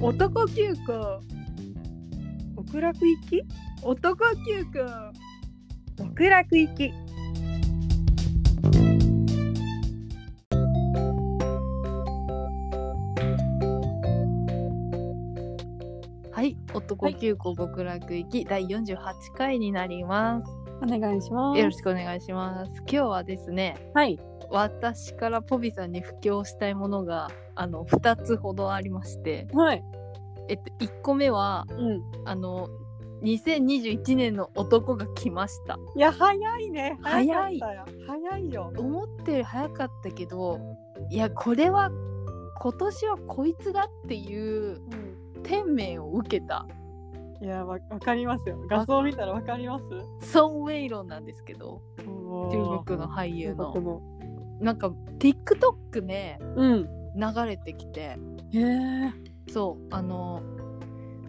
男急行極楽行き男急行極楽行きはい、男急行極楽行き第48回になります。お願いしますよろしくお願いします。今日はですね、はい私からポビさんに布教したいものがあの2つほどありまして、はいえっと1個目はうんあの2021年の男が来ました。いや早いね早いかったよ早いよ思ったより早かったけど、いやこれは今年はこいつだっていううん天命を受けたいやわわかりますよ画像見たらわかりますソン・ウェイロンなんですけど、中中国の俳優の中国。のなんか TikTok ね、うん流れてきてへえそうあの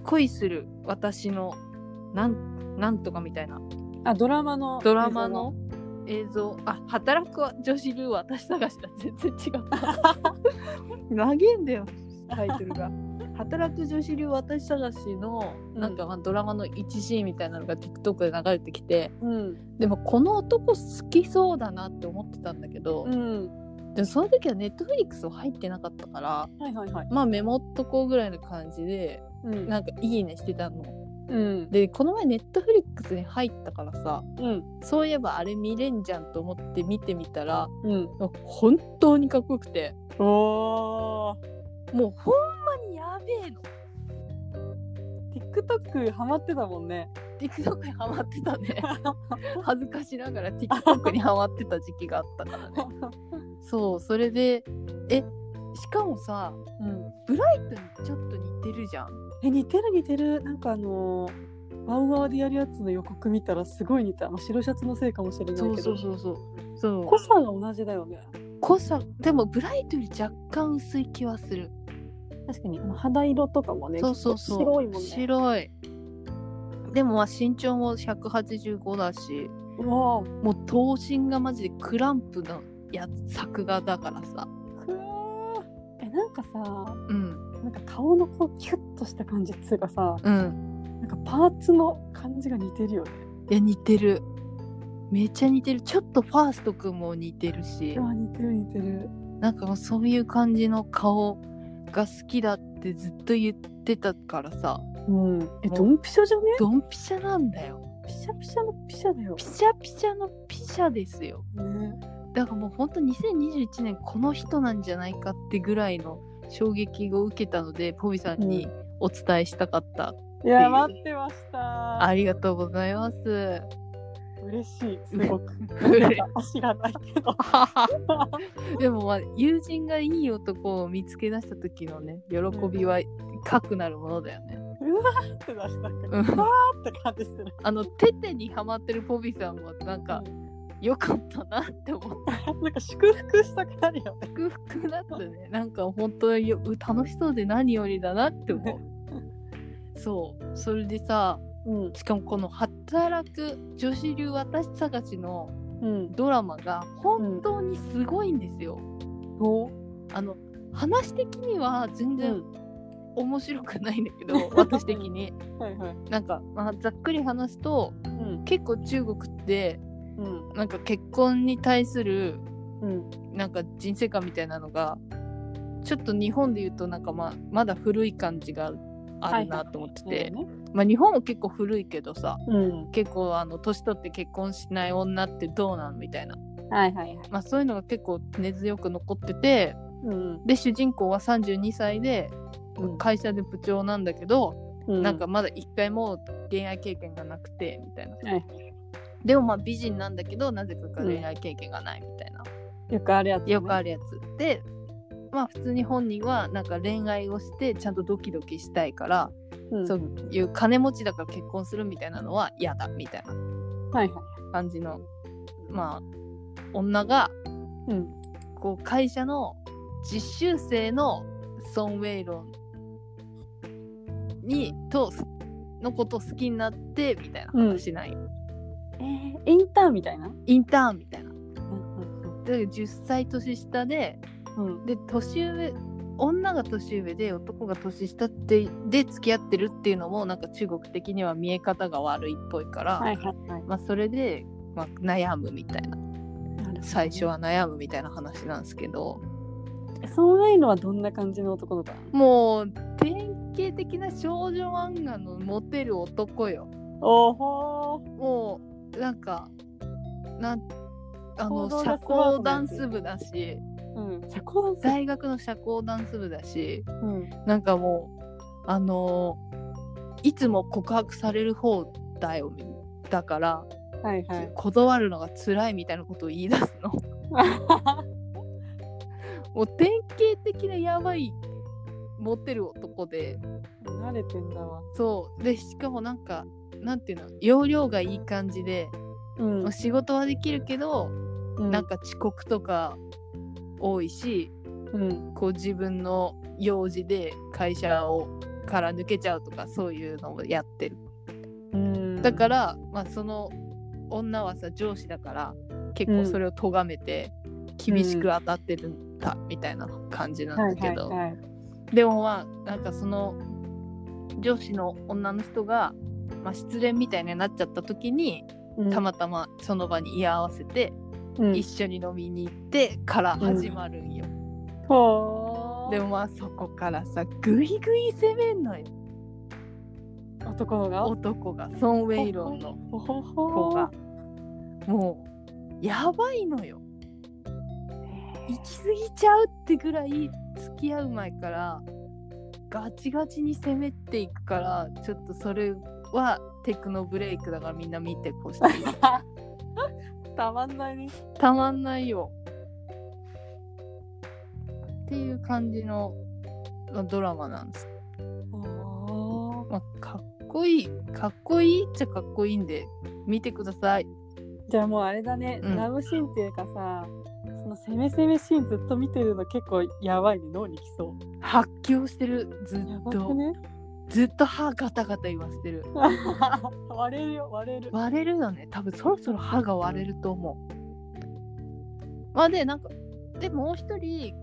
恋する私のなんなんとかみたいなあドラマのドラマの映像あ働く女子ルーは私探した全然違った投げんだ よタイトルが働く女子流私探しのなんかまあドラマの一シーンみたいなのが TikTok で流れてきてうんでもこの男好きそうだなって思ってたんだけどう、んでもその時は Netflix を入ってなかったからはいはいはいまあメモっとこうぐらいの感じでうんなんかいいねしてたの。うんで、この前ネットフリックスに入ったからさ、うんそういえばあれ見れんじゃんと思って見てみたら、うん本当にかっこよくて、おーもうほんまにやべえの。 TikTok ハマってたもんね TikTok にハマってた ね。恥ずかしながら TikTok にハマってた時期があったからね。そう、それで、え、しかもさ、うんライトにちょっと似てるじゃん。え似てる似てるなんかあのーワウワウでやるやつの予告見たらすごい似た、まあ、白シャツのせいかもしれないけどそうそう。そう。濃さが同じだよね濃さ、でもブライトより若干薄い気はする。確かにあの肌色とかもねそうそうそうちょっと白いもんね白いでもまあ身長も185だしうもわう頭身がマジでクランプのやつ作画だからさくえなんかさうんなんか顔のこうキュッとした感じっつうかさうんなんかパーツの感じが似てるよねいや似てるめっちゃ似てるちょっとファーストくんも似てるしうわ似てる似てるなんかもうそういう感じの顔が好きだってずっと言ってたからさうんえもうドンピシャじゃねドンピシャなんだよピシャピシャのピシャだよピシャピシャのピシャですよねだからもう本当2021年この人なんじゃないかってぐらいの衝撃を受けたのでポビさんにうお伝えしたかった、いや待ってましたありがとうございます嬉しいすごく嬉なしんいか足がないけど でもまあ友人がいい男を見つけ出した時のね喜びはかくなるものだよね、うわーって出したなんかうんうわーって感じするあのテテにハマってるポビさんはなんか良かったなって思ってなんか祝福したくなるよね祝福だったねなんか本当によ楽しそうで何よりだなって思うそうそれでさうんしかもこの「働く女子流私探し」のうんドラマが本当にすごいんですよ。おあの話的には全う然ん面白くないんだけど、 私的に。はいはいなんか、まあ、ざっくり話すとうん結構中国ってうんなんか結婚に対するうんなんか人生観みたいなのがちょっと日本で言うとなんか、まあ、まだ古い感じがあるなと思ってて、そうだねまあ、日本も結構古いけどさうん結構あの年取って結婚しない女ってどうなんみたいな、はいはいはいまあ、そういうのが結構根強く残っててうんで主人公は32歳でうん会社で部長なんだけど、うんなんかまだ一回も恋愛経験がなくてみたいな、はいでもまあ美人なんだけどなぜかか恋愛経験がないみたいな、よくあるやつねよくあるやつでまあ普通に本人はなんか恋愛をしてちゃんとドキドキしたいから、うんそういう金持ちだから結婚するみたいなのは嫌だみたいなはいは感じのまあ女がいうんこう会社の実習生のソン・ウェイロンにとのことを好きになってみたいな話ない、えーインターンみたいなインターンみたいなうんで10歳年下でうんで年上女が年上で男が年下ってで付き合ってるっていうのもなんか中国的には見え方が悪いっぽいから、はいはいはいまあ、それで、まあ、悩むみたいななる最初は悩むみたいな話なんですけどそういうのはどんな感じの男の子なのもう典型的な少女漫画のモテる男よおほもうなんかなんあの行動が社スマー交トなダやンつス部だしうん社交ダン大学の社交ダンス部だしスうんなんかもうあのーいつも告白される方だよみだから、はいはい断るのが辛いみたいなことを言い出す のもう典型的なやばいモテる男で慣れてんだわそうでしかもなんかなんていうの容量がいい感じで、うん仕事はできるけど、うんなんか遅刻とか多いしうんこう自分の用事で会社をから抜けちゃうとかそういうのをやってるうんだから、まあ、その女はさ上司だから結構それを咎めて厳しく当たってるんだみたいな感じなんだけど、はいはいはいでもまあなんかその上司の女の人が、まあ、失恋みたいになっちゃった時にうんたまたまその場に居合わせて、うん一緒に飲みに行ってから始まるんよ。ほーでもまあそこからさグイグイ攻めんのよ男の子が男がソン・ウェイロンのほほほ子がもうやばいのよ行き過ぎちゃうってぐらい付き合う前からガチガチに攻めていくからちょっとそれはテクノブレイクだからみんな見てほしい たまんないねたまんないよっていう感じのまあドラマなんですほまあ、かっこいいかっこいいっちゃかっこいいんで見てくださいーじゃあもうあれだね、うんラブシーンっていうかさその攻め攻めシーンずっと見てるの結構やばいね脳にきそ発狂してるずっうやばくと、ね ずっと歯ガタガタ言わせてる割れるよ割れる割れるよね多分そろそろ歯が割れると思うまあでなんかでもう一人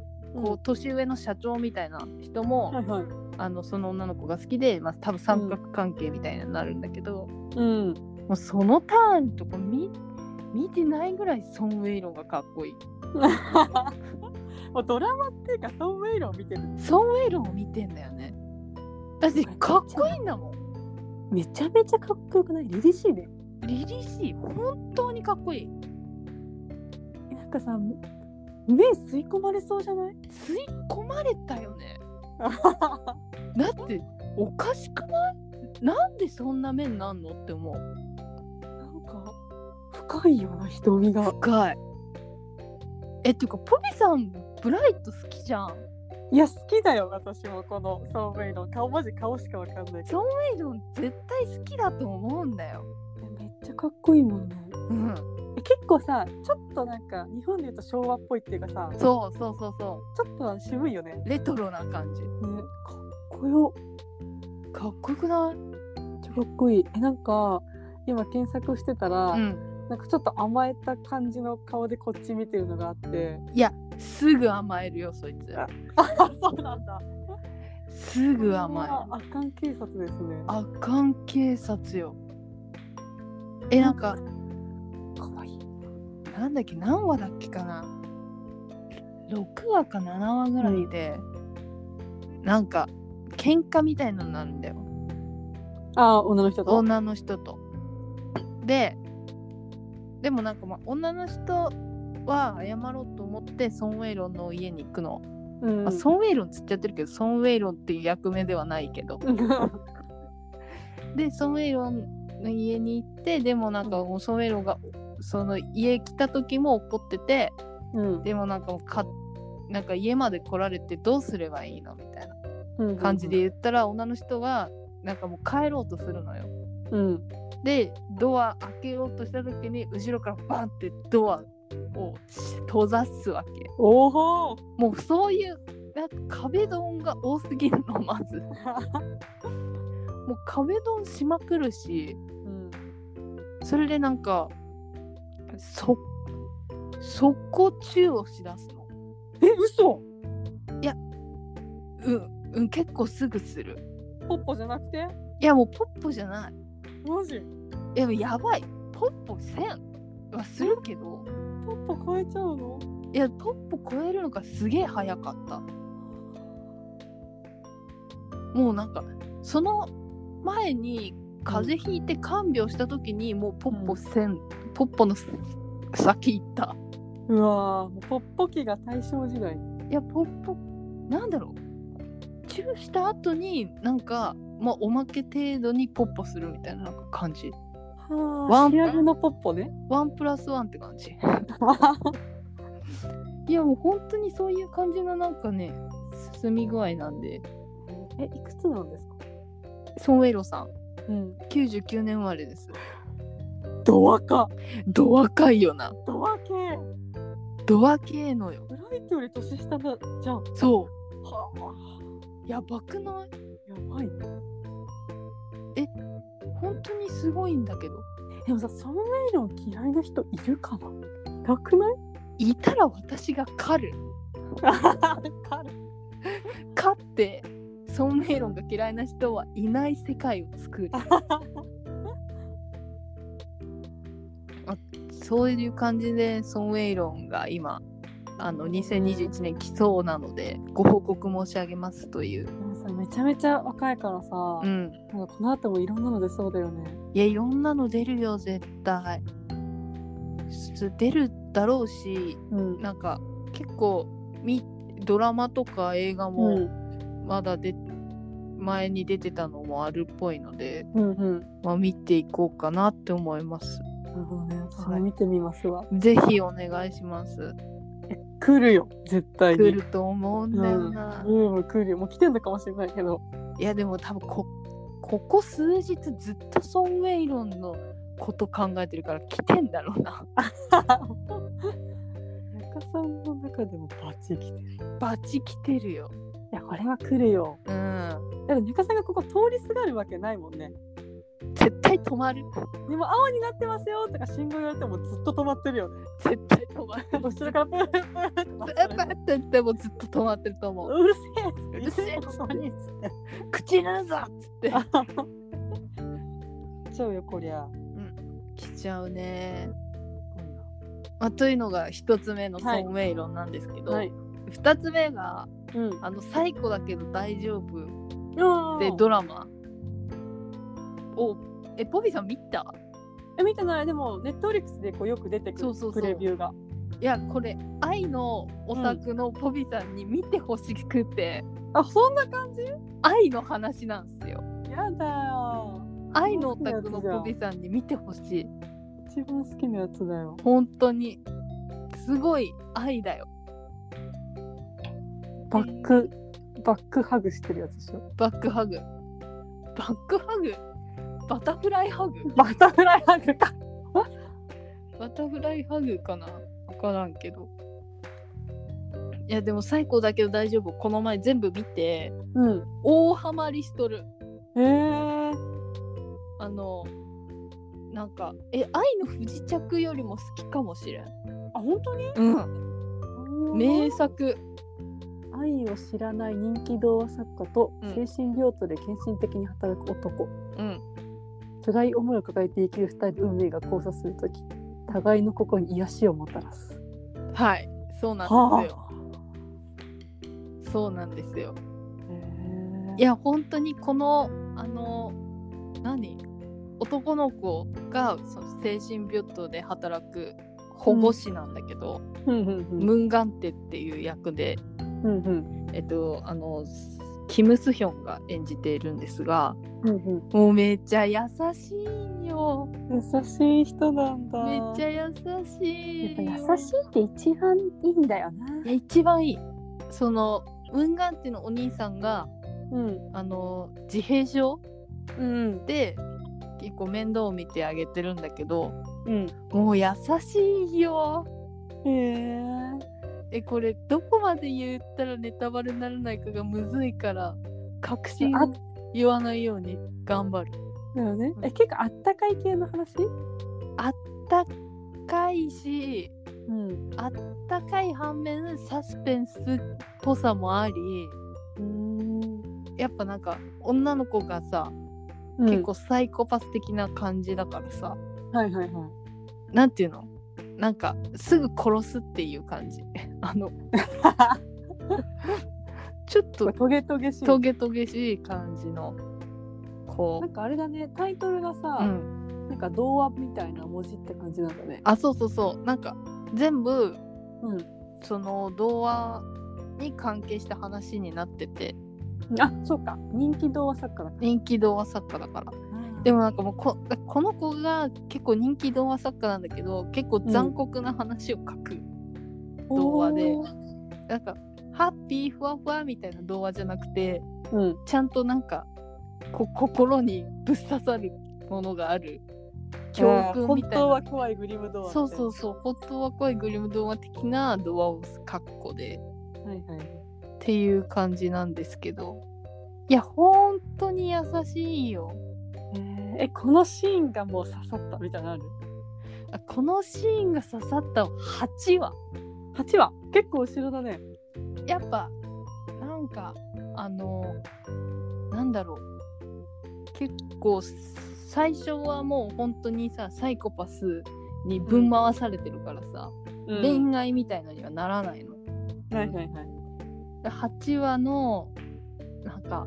こう年上の社長みたいな人も、はいはいあのその女の子が好きで、まあ、多分三角関係みたいになるんだけど、うんもうそのターンとか見見てないぐらいソン・ウェイロンがかっこいいもうドラマっていうかソン・ウェイロン見てるソン・ウェイロンを見てんだよねだってかっこいいんだもんめちゃめちゃかっこよくない凛々しいね凛々しい本当にかっこいいなんかさ目吸い込まれそうじゃない吸い込まれたよねだっておかしくないなんでそんな目になんのって思うなんか深いような瞳が深いえっていうかポビさんブライト好きじゃんウいや好きだよ私もこのソン・ウェイロン顔マジ顔しかわかんないけどソンェイロン絶対好きだと思うんだよめっちゃかっこいいもんねうんえ結構さちょっとなんか日本で言うと昭和っぽいっていうかさちそょうそうそうそっと渋いよねねうレトロな感じかっこよかっこよくないめっちゃかっこいいえなんか今検索してたら、うんなんかちょっと甘えた感じの顔でこっち見てるのがあっていやすぐ甘えるよそいつああそうなんだすぐ甘えるあかん警察ですねあかん警察よえなんかかわいいなんだっけ何話だっけかな6話か7話ぐらいで、なんか喧嘩みたいなのになるんだよあ女の人と女の人とででもなんかまあ女の人は謝ろうと思ってソン・ウェイロンの家に行くの、うんまあ、ソン・ウェイロンつっちゃってるけどソン・ウェイロンっていう役目ではないけどでソン・ウェイロンの家に行ってでもなんかもうソン・ウェイロンがその家来た時も怒っててうんでもなんかもうかなんか家まで来られてどうすればいいのみたいな感じで言ったら、女の人がなんかもう帰ろうとするのよ。うんでドア開けようとした時に後ろからバンってドアを閉ざすわけ。おおもうそういうなんか壁ドンが多すぎるのまず。もう壁ドンしまくるしうんそれでなんかそ速攻中をしだすの。え嘘うんうん結構すぐするポッポじゃなくていやもうポッポじゃないマジいやもうやばいポッポ1000はするけどポッポ超えちゃうのいやポッポ超えるのがすげえ早かったもうなんかその前に風邪ひいて看病した時にもうポッポ1000、ポッポの先行ったうわーもうポッポ期が大正時代いやポッポなんだろうチューした後になんかまあおまけ程度にポッポするみたいななんか感じはあ仕上げのポッポねワンプラスワンって感じいやもう本当にそういう感じのなんかね進み具合なんでえいくつなんですかソンエロさんうん99年生まれですドワカド若いよなドワ系ブド若えのよライトより年下だじゃんそはうやばくないあやばいね本当にすごいんだけどでもさそのイロン嫌いな人いるかないなくないいたら私が狩る勝ってソンメイロンが嫌いな人はいない世界を作るあそういう感じでソン・ウェイロンが今あの2021年来そうなのでご報告申し上げますという、でもさめちゃめちゃ若いからさ、うん、なんかこの後もいろんなの出そうだよねいやいろんなの出るよ絶対す出るだろうしうんなんか結構みドラマとか映画うもんまだで、前に出てたのもあるっぽいのでうんうんまあ、見ていこうかなって思います。なるほどね私はもい見てみますわ、ぜひお願いします。来るよ絶対に来ると思うんだよな。うん、もう来るよもう来てんのかもしれないけどいやでも多分こここ数日ずっとソン・ウェイロンのこと考えてるから来てんだろうな。中さんの中でもバチ来てるいバチ来てるよ。やこれは来るようん。だって中さんがここ通りすがるわけないもんね絶対止まる。でも青になってますよとか信号言われてもずっと止まってるよね絶対止 まる。後ろからプープーってなっブてるーブーって言ってもずっと止まってると思う。うるせえうるせえいつもにっつって口なるぞっつって。来ちゃうよこりゃ来ちゃうね。まあ、というのが一つ目のソン・ウェイロンなんですけど、二、はいつ目がうんあの最古だけど大丈夫でうんドラマをえボビーさん見たえ見てないでもネットフリックスでこうよく出てくるそうそうそうプレビューがいやこれ愛のオタクのボビーさんに見てほしくて、あそんな感じ愛の話なんですよやだよ愛のオタクのボビーさんに見てほしい一番好きなやつだよ本当にすごい愛だよバックバックハグしてるやつでしょバックハグバックハグバタフライハグバタフライハグかバタフライハグかな分からんけどいやでも最高だけど大丈夫この前全部見てうん大ハマりしとるへえあのなんかえ愛の不時着よりも好きかもしれん、あ本当にうん、名作愛を知らない人気童話作家とうん精神病棟で献身的に働く男、うん辛い思いを抱えて生きる二人の運命が交差するとき互いの心に癒しをもたらすはいそうなんですよそうなんですよいや本当にこのあの何男の子がその精神病棟で働く保護士なんだけど、うんうんムンガンテっていう役でうんうんうんえっとあのキム・スヒョンが演じているんですがうんもうめっちゃ優しいんよ。うん優しい人なんだめっちゃ優しい。やっぱ優しいって一番いいんだよな。いや一番いい。そのウンガンテのお兄さんがうんあの自閉症うんで結構面倒を見てあげてるんだけどうん。もう優しいよ。へえ。えこれどこまで言ったらネタバレにならないかがむずいから確信あ言わないように頑張る。だよね。え結構あったかい系の話？高いしうん。高い反面サスペンスっぽさもありうーんやっぱなんか女の子がさ、うん結構サイコパス的な感じだからさはいはいはいなんていうのなんかすぐ殺すっていう感じ あのちょっ とトゲトゲしいトゲトゲしい感じのこなんかあれだねタイトルがさう、、うん、なんか童話みたいな文字って感じなんだねあそうそうそうなんか全部うんその童話に関係した話になっててあそうか人気童話作家だか人気童話作家だかららでももなんかもうここの子が結構人気童話作家なんだけど結構残酷な話を書く、童話でなんかハッピーふわふわみたいな童話じゃなくてうんちゃんとなんかこ心にぶっ刺さるものがある教訓みたい本当なは、怖いグリム童話そうそうそそう本当は怖いグリム童話的な童話を書く子でうはいはいっていう感じなんですけどいや本当に優しいよえーえこのシーンがもう刺さったみたいなのあるあこのシーンが刺さった8話8話結構後ろだねやっぱなんかあのなんだろう結構最初はもう本当にさサイコパスにぶん回されてるからさ、うん恋愛みたいのにはならないの。はいはいはいで8話のなんか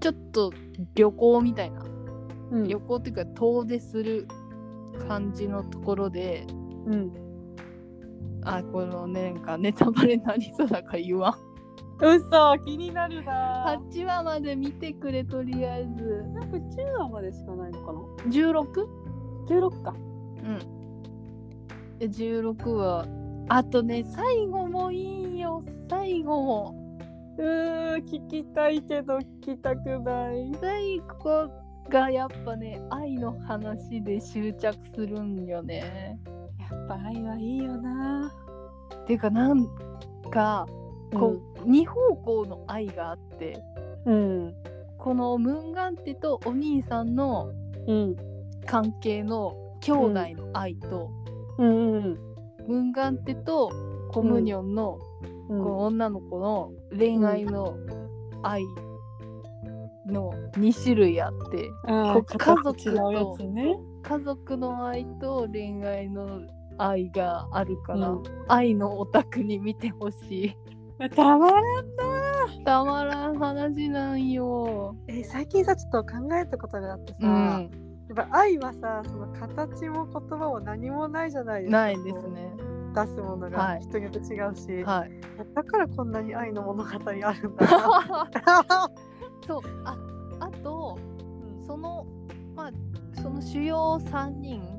ちょっと旅行みたいな、うん旅行っていうか遠出する感じのところでうんあこのねなんかネタバレになりそうだから言 わん嘘気になるな8話まで見てくれとりあえずなんか10話までしかないのかな 16? 16かうんで16はあとね最後もいいよ最後もうー聞きたいけど聞きたくない最後がやっぱね愛の話で執着するんよねやっぱ愛はいいよなていうかなんかこう、二方向の愛があってうんこのムンガンテとお兄さんのうん関係の兄弟の愛と、うんうんムンガンテとコムニョンの、うんこの女の子の恋愛の愛の2種類あってあこー家族と形のやつね家族の愛と恋愛の愛があるから、うん愛のオタクに見てほしたまらんいたまらん話なんよ、え最近さちょっと考えたことがあってさ、やっぱ愛はさその形も言葉も何もないじゃないですかないですね出すものはがい人によって違うし、はいだからこんなに愛の物語あるんだなそうああとそのまあその主要3人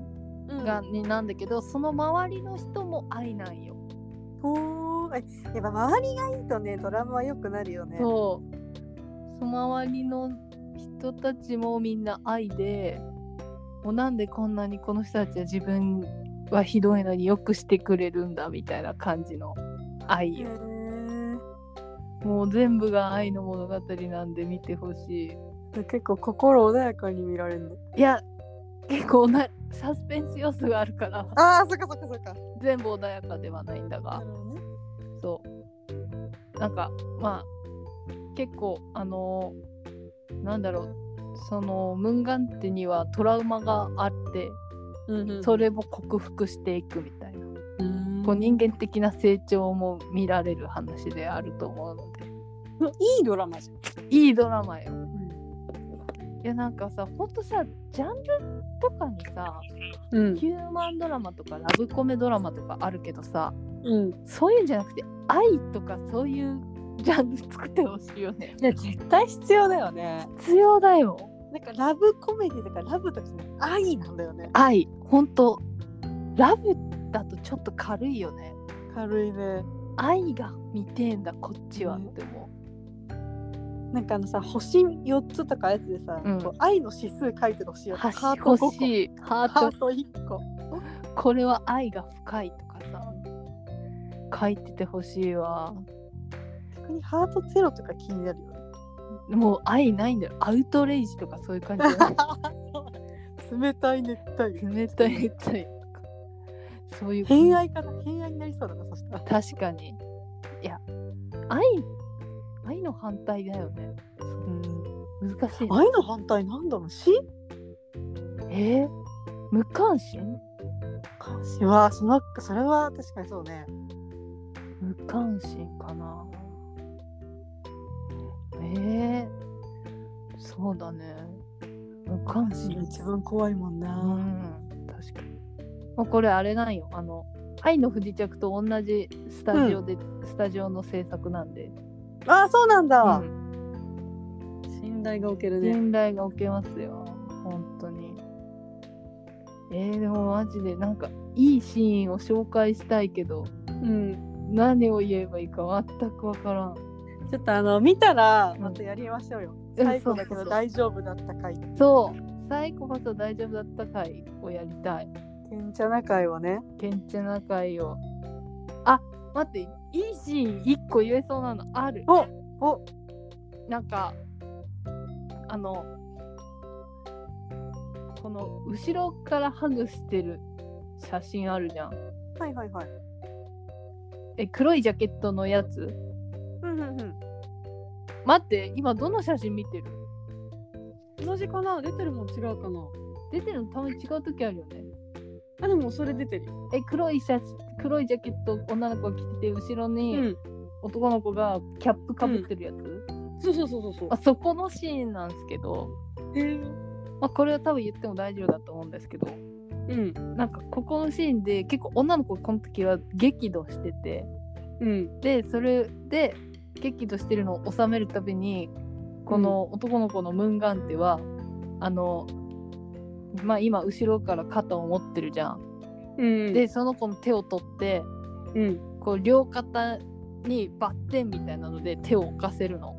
うんが、になんだけどその周りの人も愛なんよほーえやっぱ周りがいいとねドラマは良くなるよねそう。その周りの人たちもみんな愛で、もうなんでこんなにこの人たちは自分はひどいのによくしてくれるんだみたいな感じの愛へよ。ーもう全部が愛の物語なんで見てほし結構心穏やかに見られるのい。いや、結構なサスペンス要素があるから、ああそっかそっかそっか全部穏やかではないんだなが、るほどねそう。なんか、まあ、結構、あのーなんだろう。そのムンガンテにはトラウマがあってそれも克服していくみたいな、うんこう人間的な成長も見られる話であると思うのでいいドラマじゃんいいドラマよ、いやなんかさほんとさジャンルとかにさうんヒューマンドラマとかラブコメドラマとかあるけどさうんそういうんじゃなくて愛とかそういうジャンル作ってほしいよねいや絶対必要だよね必要だよなんかラブコメディとかラブとかじゃない愛なんだよね愛ほんとラブだとちょっと軽いよね軽いね愛が見てえんだこっちはねって思なんかあのさ星4つとかやつでさ、うんこう愛の指数書いてほしいうよはハしート欲5個しいハーハトート1個これは愛が深いとかさ書いててほしいわ逆にハートゼロとか気になるよねもう愛ないんだよアウトレイジとかそういう感じだよ冷たい熱帯魚冷たい熱帯とかそういう偏愛かな偏愛になりそうだなそしたら確かにいや愛愛愛の反対だよね。難しいね。愛の反対なんだろう死えー無関心関心はそのそれは確かにそうね無関心かな。えー、そうだね。無関それ心。一番怖いもんうな、ん、確かに。もうこれあれなんよ。あの、愛の不時着と同じスタジオで、スタジオの制作なんで。ああそうなんだ、うん信頼がおけるね信頼が受けますよ。本当に。えー、でもマジでなんかいいシーンを紹介したいけどうん何を言えばいいか全くわからん。ちょっとあの見たらうんまたやりましょうよ、うん最後だけそうそうどそう大丈夫だった回そう、サイコパスは大丈夫だった回をやりたい。けんちゃな回をねケンチェナ回を。あ、待って、いいシーン一個言えそうなのある。おおなんか、あの、この後ろからハグしてる写真あるじゃん。はいはいはいえ、黒いジャケットのやつ。うんうんうん待って、今どの写真見てる同じかな出てるもん違うかな出てるのたまに違う時あるよね。あでもそれ出てるよえ、黒いシャツ黒いジャケット女の子が着てて、後ろに、男の子がキャップかぶってるやつ、そうそうそうそうそうまあ、そこのシーンなんですけど、へえまあ、これは多分言っても大丈夫だと思うんですけどうんなんかここのシーンで結構女の子この時は激怒しててうんでそれで激怒してるのを収めるたびにこの男の子のムンガンテは、あのまあ今後ろから肩を持ってるじゃん。うんでその子の手を取ってうんこう両肩にバッテンみたいなので手を置かせるの。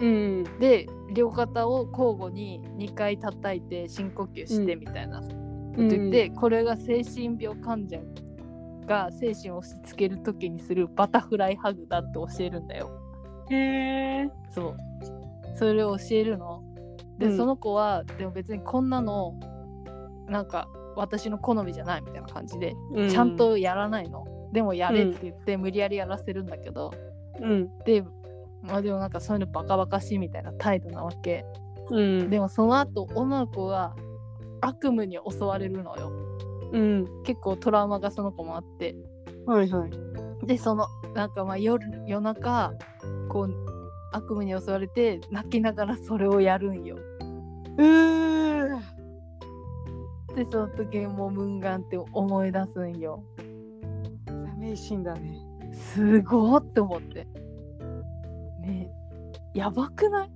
うんで両肩を交互に2回叩いて深呼吸してみたいなこと言って、これが精神病患者が精神を押し付ける時にするバタフライハグだって教えるんだよへえそうそれを教えるので、うんその子はでも別にこんなのなんか私の好みじゃないみたいな感じで、ちゃんとやらないのでもやれって言って無理やりやらせるんだけど、うんでまあでもなんかそういうのバカバカしいみたいな態度なわけ、うんでもその後女の子は悪夢に襲われるのようん結構トラウマがその子もあってはいはいでそのなんかまあ夜夜中こう悪夢に襲われて泣きながらそれをやるんようーでその時もうムンガンって思い出すんよダメーシーンだねすごーって思ってねやばくない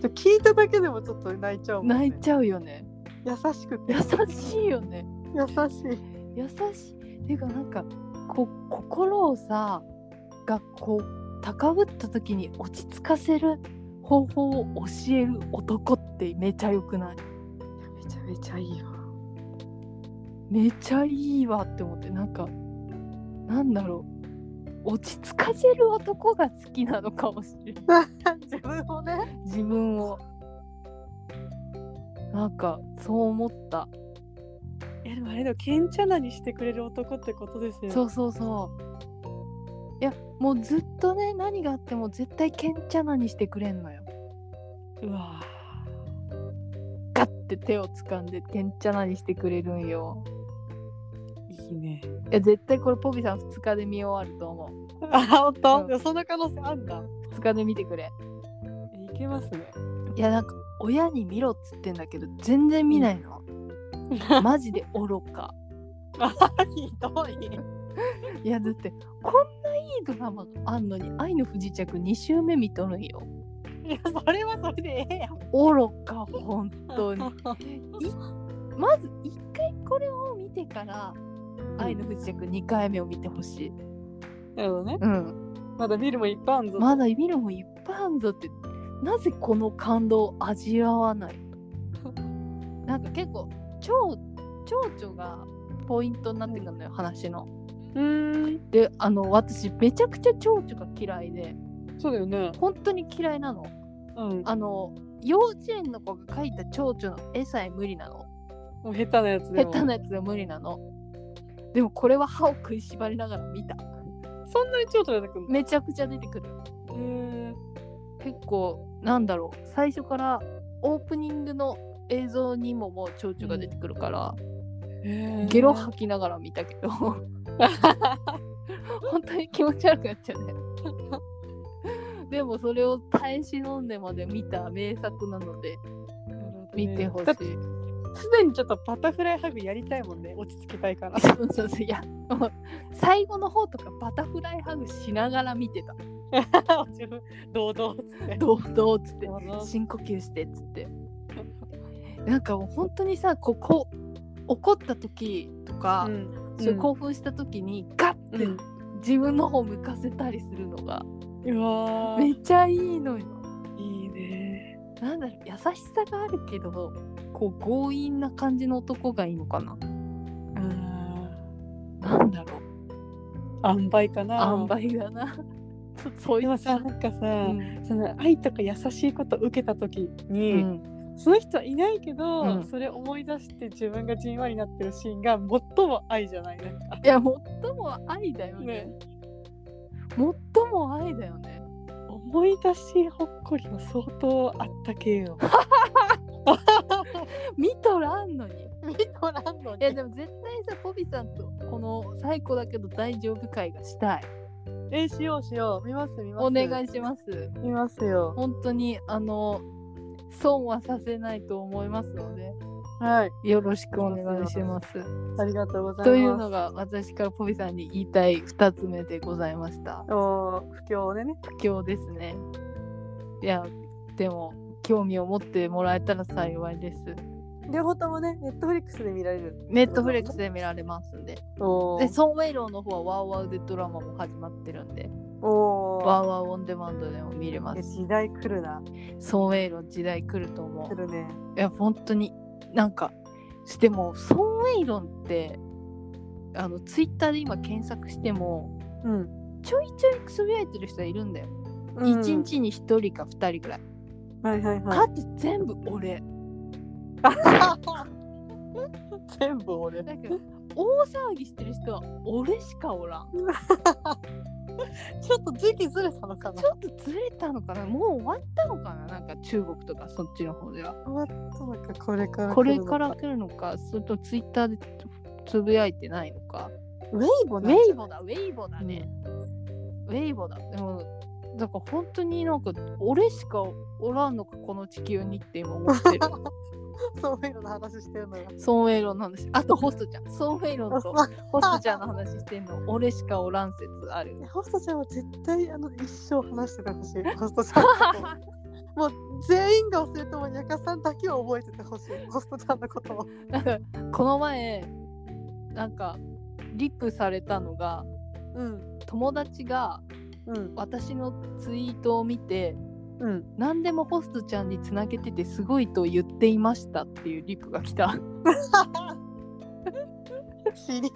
ちょ聞いただけでもちょっと泣いちゃうもん、泣ね、いちゃうよね優しくて優しいよね優しい優しいっていうかなんかこう心をさがこう高ぶった時に落ち着かせる方法を教える男ってめちゃ良くないめちゃめちゃいいよめちゃいいわって思ってなんかなんだろう落ち着かせる男が好きなのかもしれない自分もね自分をなんかそう思ったいやでもあれだよケンチャナにしてくれる男ってことですよそうそうそういやもうずっとね何があっても絶対けんちゃなにしてくれんのようわガッて手を掴んでてんちゃなにしてくれるんよ。ーいいねいや絶対これポビさん2日で見終わると思 あ本当、うんいやその可能性あんだう。2日で見てくれ。いけますねいやなんか親に見ろっつってんだけど全然見ないの。マジで愚か。 ひど いいやだってこんないいドラマがあんのに愛の不時着2週目見とるんよ。いやそれはそれでええやん愚か本当に。いまず1回これを見てから愛の不時着2回目を見てほしい。なるほどねうん。まだビルもいっぱいあんぞまだ見るもんいっぱいあんぞってなぜこの感動を味わわ ないのなんか結構蝶々がポイントになってくるのよ、話の。うーんであの私めちゃくちゃ蝶々が嫌いでそうだよね本当に嫌いなの。うんあの幼稚園の子が描いた蝶々の絵さえ無理なの。もう下手なやつで下も手なやつで無理なの。でもこれは歯を食いしばりながら見た。そんなに蝶々出てくるのめちゃくちゃ出てくる。えー、結構なんだろう最初からオープニングの映像にももう蝶々が出てくるから、ゲロ吐きながら見たけど本当に気持ち悪くなっちゃうねでもそれを耐え忍んでまで見た名作なので見てほしだっい、すでにちょっとバタフライハグやりたいもんね落ち着きたい か らそうそうそういやもう最後の方とかバタフライハグしながら見てた自分堂々っつって堂々っつって堂々っつって深呼吸してっつってなんかもう本当にさここ怒った時とか、うんそういう興奮した時にガッうてん自分の方向かせたりするのがうわめっちゃいいのよいいねなんだろう優しさがあるけどこう強引な感じの男がいいのかなあなんだろうあ塩梅かな塩梅だな そそういでうもさなんかさ、うんその愛とか優しいことを受けた時うに、んその人はいないけど、うんそれ思い出して自分がじんわりなってるシーンが最も愛じゃないなんかいや最も愛だよねね最も愛だよね思い出しほっこりの相当あったけよ見とらんのにい見とらんのやでも絶対さポビさんとこの「最高だけど大丈夫会」がしたいえしようしよう見ます見ますお願いいします見ますよ本当にあの損はさせないと思いますのではいよろしくお願いしますありがとうございますというのが私からポビさんに言いたい2つ目でございましたお不況でね不況ですねいやでも興味を持ってもらえたら幸いです両方ともねネットフリックスで見られるネットフレックスで見られますんでおでーソン・ウェイローの方はワウワウでドラマも始まってるんでおワーウワウオンデマンドでも見れまいやす時代来るなソン・ウェイロー時代来ると思来うるねいや本当になんかでもソン・ウェイロンってあのツイッターで今検索してもうんちょいちょいつぶやいてる人はいるんだよ、一うん日に一人か二人ぐらい、はいはいはいかって全部俺全部俺なんか大騒ぎしてる人は俺しかおらんちょっと時期ずれたのかなちょっとずれたのかなもう終わったのかななんか中国とかそっちの方ではそうかこれからこれから来るのかそれとツイッターでつぶやいてないのかウェイボウなんじゃェイないボだウェイボだね、ウェイボだでもなんか本当になんか俺しかおらんのかこの地球にって今思って るそういうのの話してるのよソンウェイロンの話あとホストちゃんソンウェイロンと あホストちゃんの話してんの俺しかおらん説あるホストちゃんは絶対あの一生話しててほし いホストちゃんのことをもう全員が忘れてもやかさんだけを覚えててほしいホストちゃんのことをなんかこの前なんかリップされたのがうん友達がうん私のツイートを見てうん何でもホストちゃんにつなげててすごいと言っていましたっていうリップが来た知り合い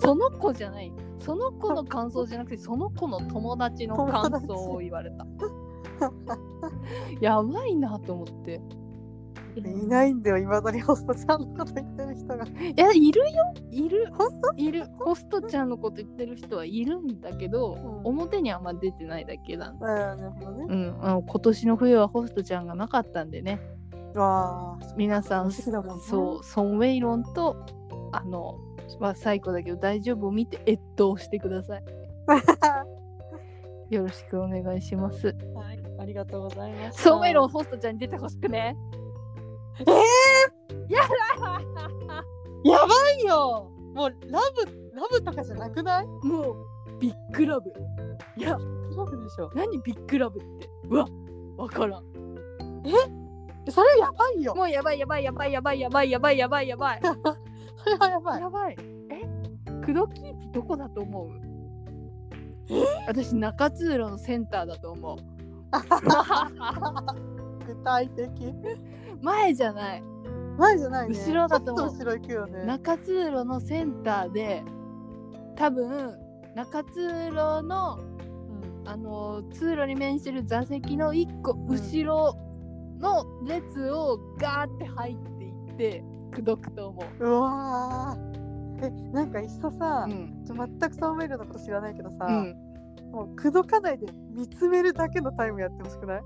その子じゃないその子の感想じゃなくてその子の友達の感想を言われたやばいなと思っていないんだよいまだにホストちゃんのこと言ってる人がいやいるよいるいるホストちゃんのこと言ってる人はいるんだけど、ん表にあんま出てないだけなんだなるほどねうん、あの今年の冬はホストちゃんがなかったんでねわあ皆さん、好きだもんね そうソン・ウェイロンとあのまあ最高だけど大丈夫を見て越冬してくださいよろしくお願いしますはいありがとうございましたソン・ウェイロンホストちゃんに出てほしくねえー、やだやばいよもうラブラブとかじゃなくないもうビッグラブいやラブでしょ何ビッグラブってうわわからんそれやばいよもうやばいやばいやばいやばいやばいやばいやばいやばいそれはや ばいやばいえクドキーチどこだと思う私中通路のセンターだと思う具体的前じゃない前じゃないね後ろだと思うちょっ後ろ行くよね中通路のセンターで多分中通路のうんあの通路に面してる座席の1個後ろの列をガーって入っていって口説くと思う。うわーえなんかいっそさ、んちょ全くソンウェイルのこと知らないけどさ、うんもう口説かないで見つめるだけのタイムやってほしくない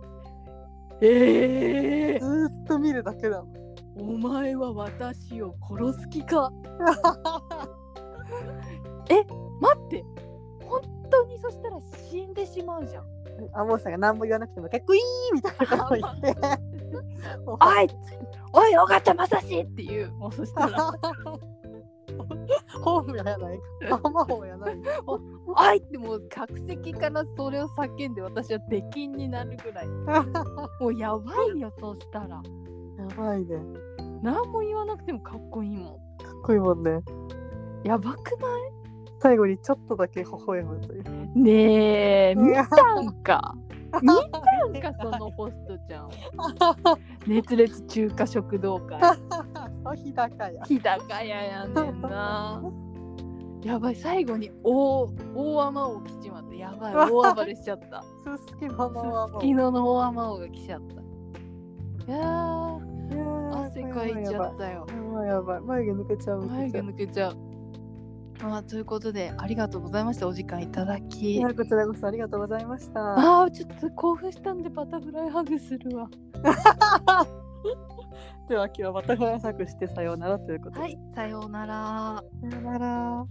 ええずーっと見るだけだもんお前は私を殺す気 か待って本当にそしたら死んでしまうじゃんあもうさんが何も言わなくてもかっこいいみたいなことを言 ってもうおいおい尾形正史っていうもうそした らホームやないか。ママホームやないか。おいってもう客席からそれを叫んで私は出禁になるぐ らいもうやばいよそしたらやばいね。何も言わなくてもかっこいいもかっこいいもんね。んやばくな最後にちょっとだけ微笑むという。いねえ見やたんか見たんかそのホストちゃん を熱烈中華食堂会お日高や。日高屋やねんな。やばい最後に大大雨王来ちまったやばい大暴れしちゃったすすきママはも昨う。日の 大雨王が来ちゃったいやーいやー汗かいちゃっこたよれはやばい。やばいやばい眉毛抜けちゃう。眉毛抜け抜けちゃうまあということでありがとうございましたお時間いただちきゃう。こちらこそありがとうございました。あーちょっと興奮したんでバタフライハグするわでは今日はバタフライ作してさようならということで。はいさようならさようなら。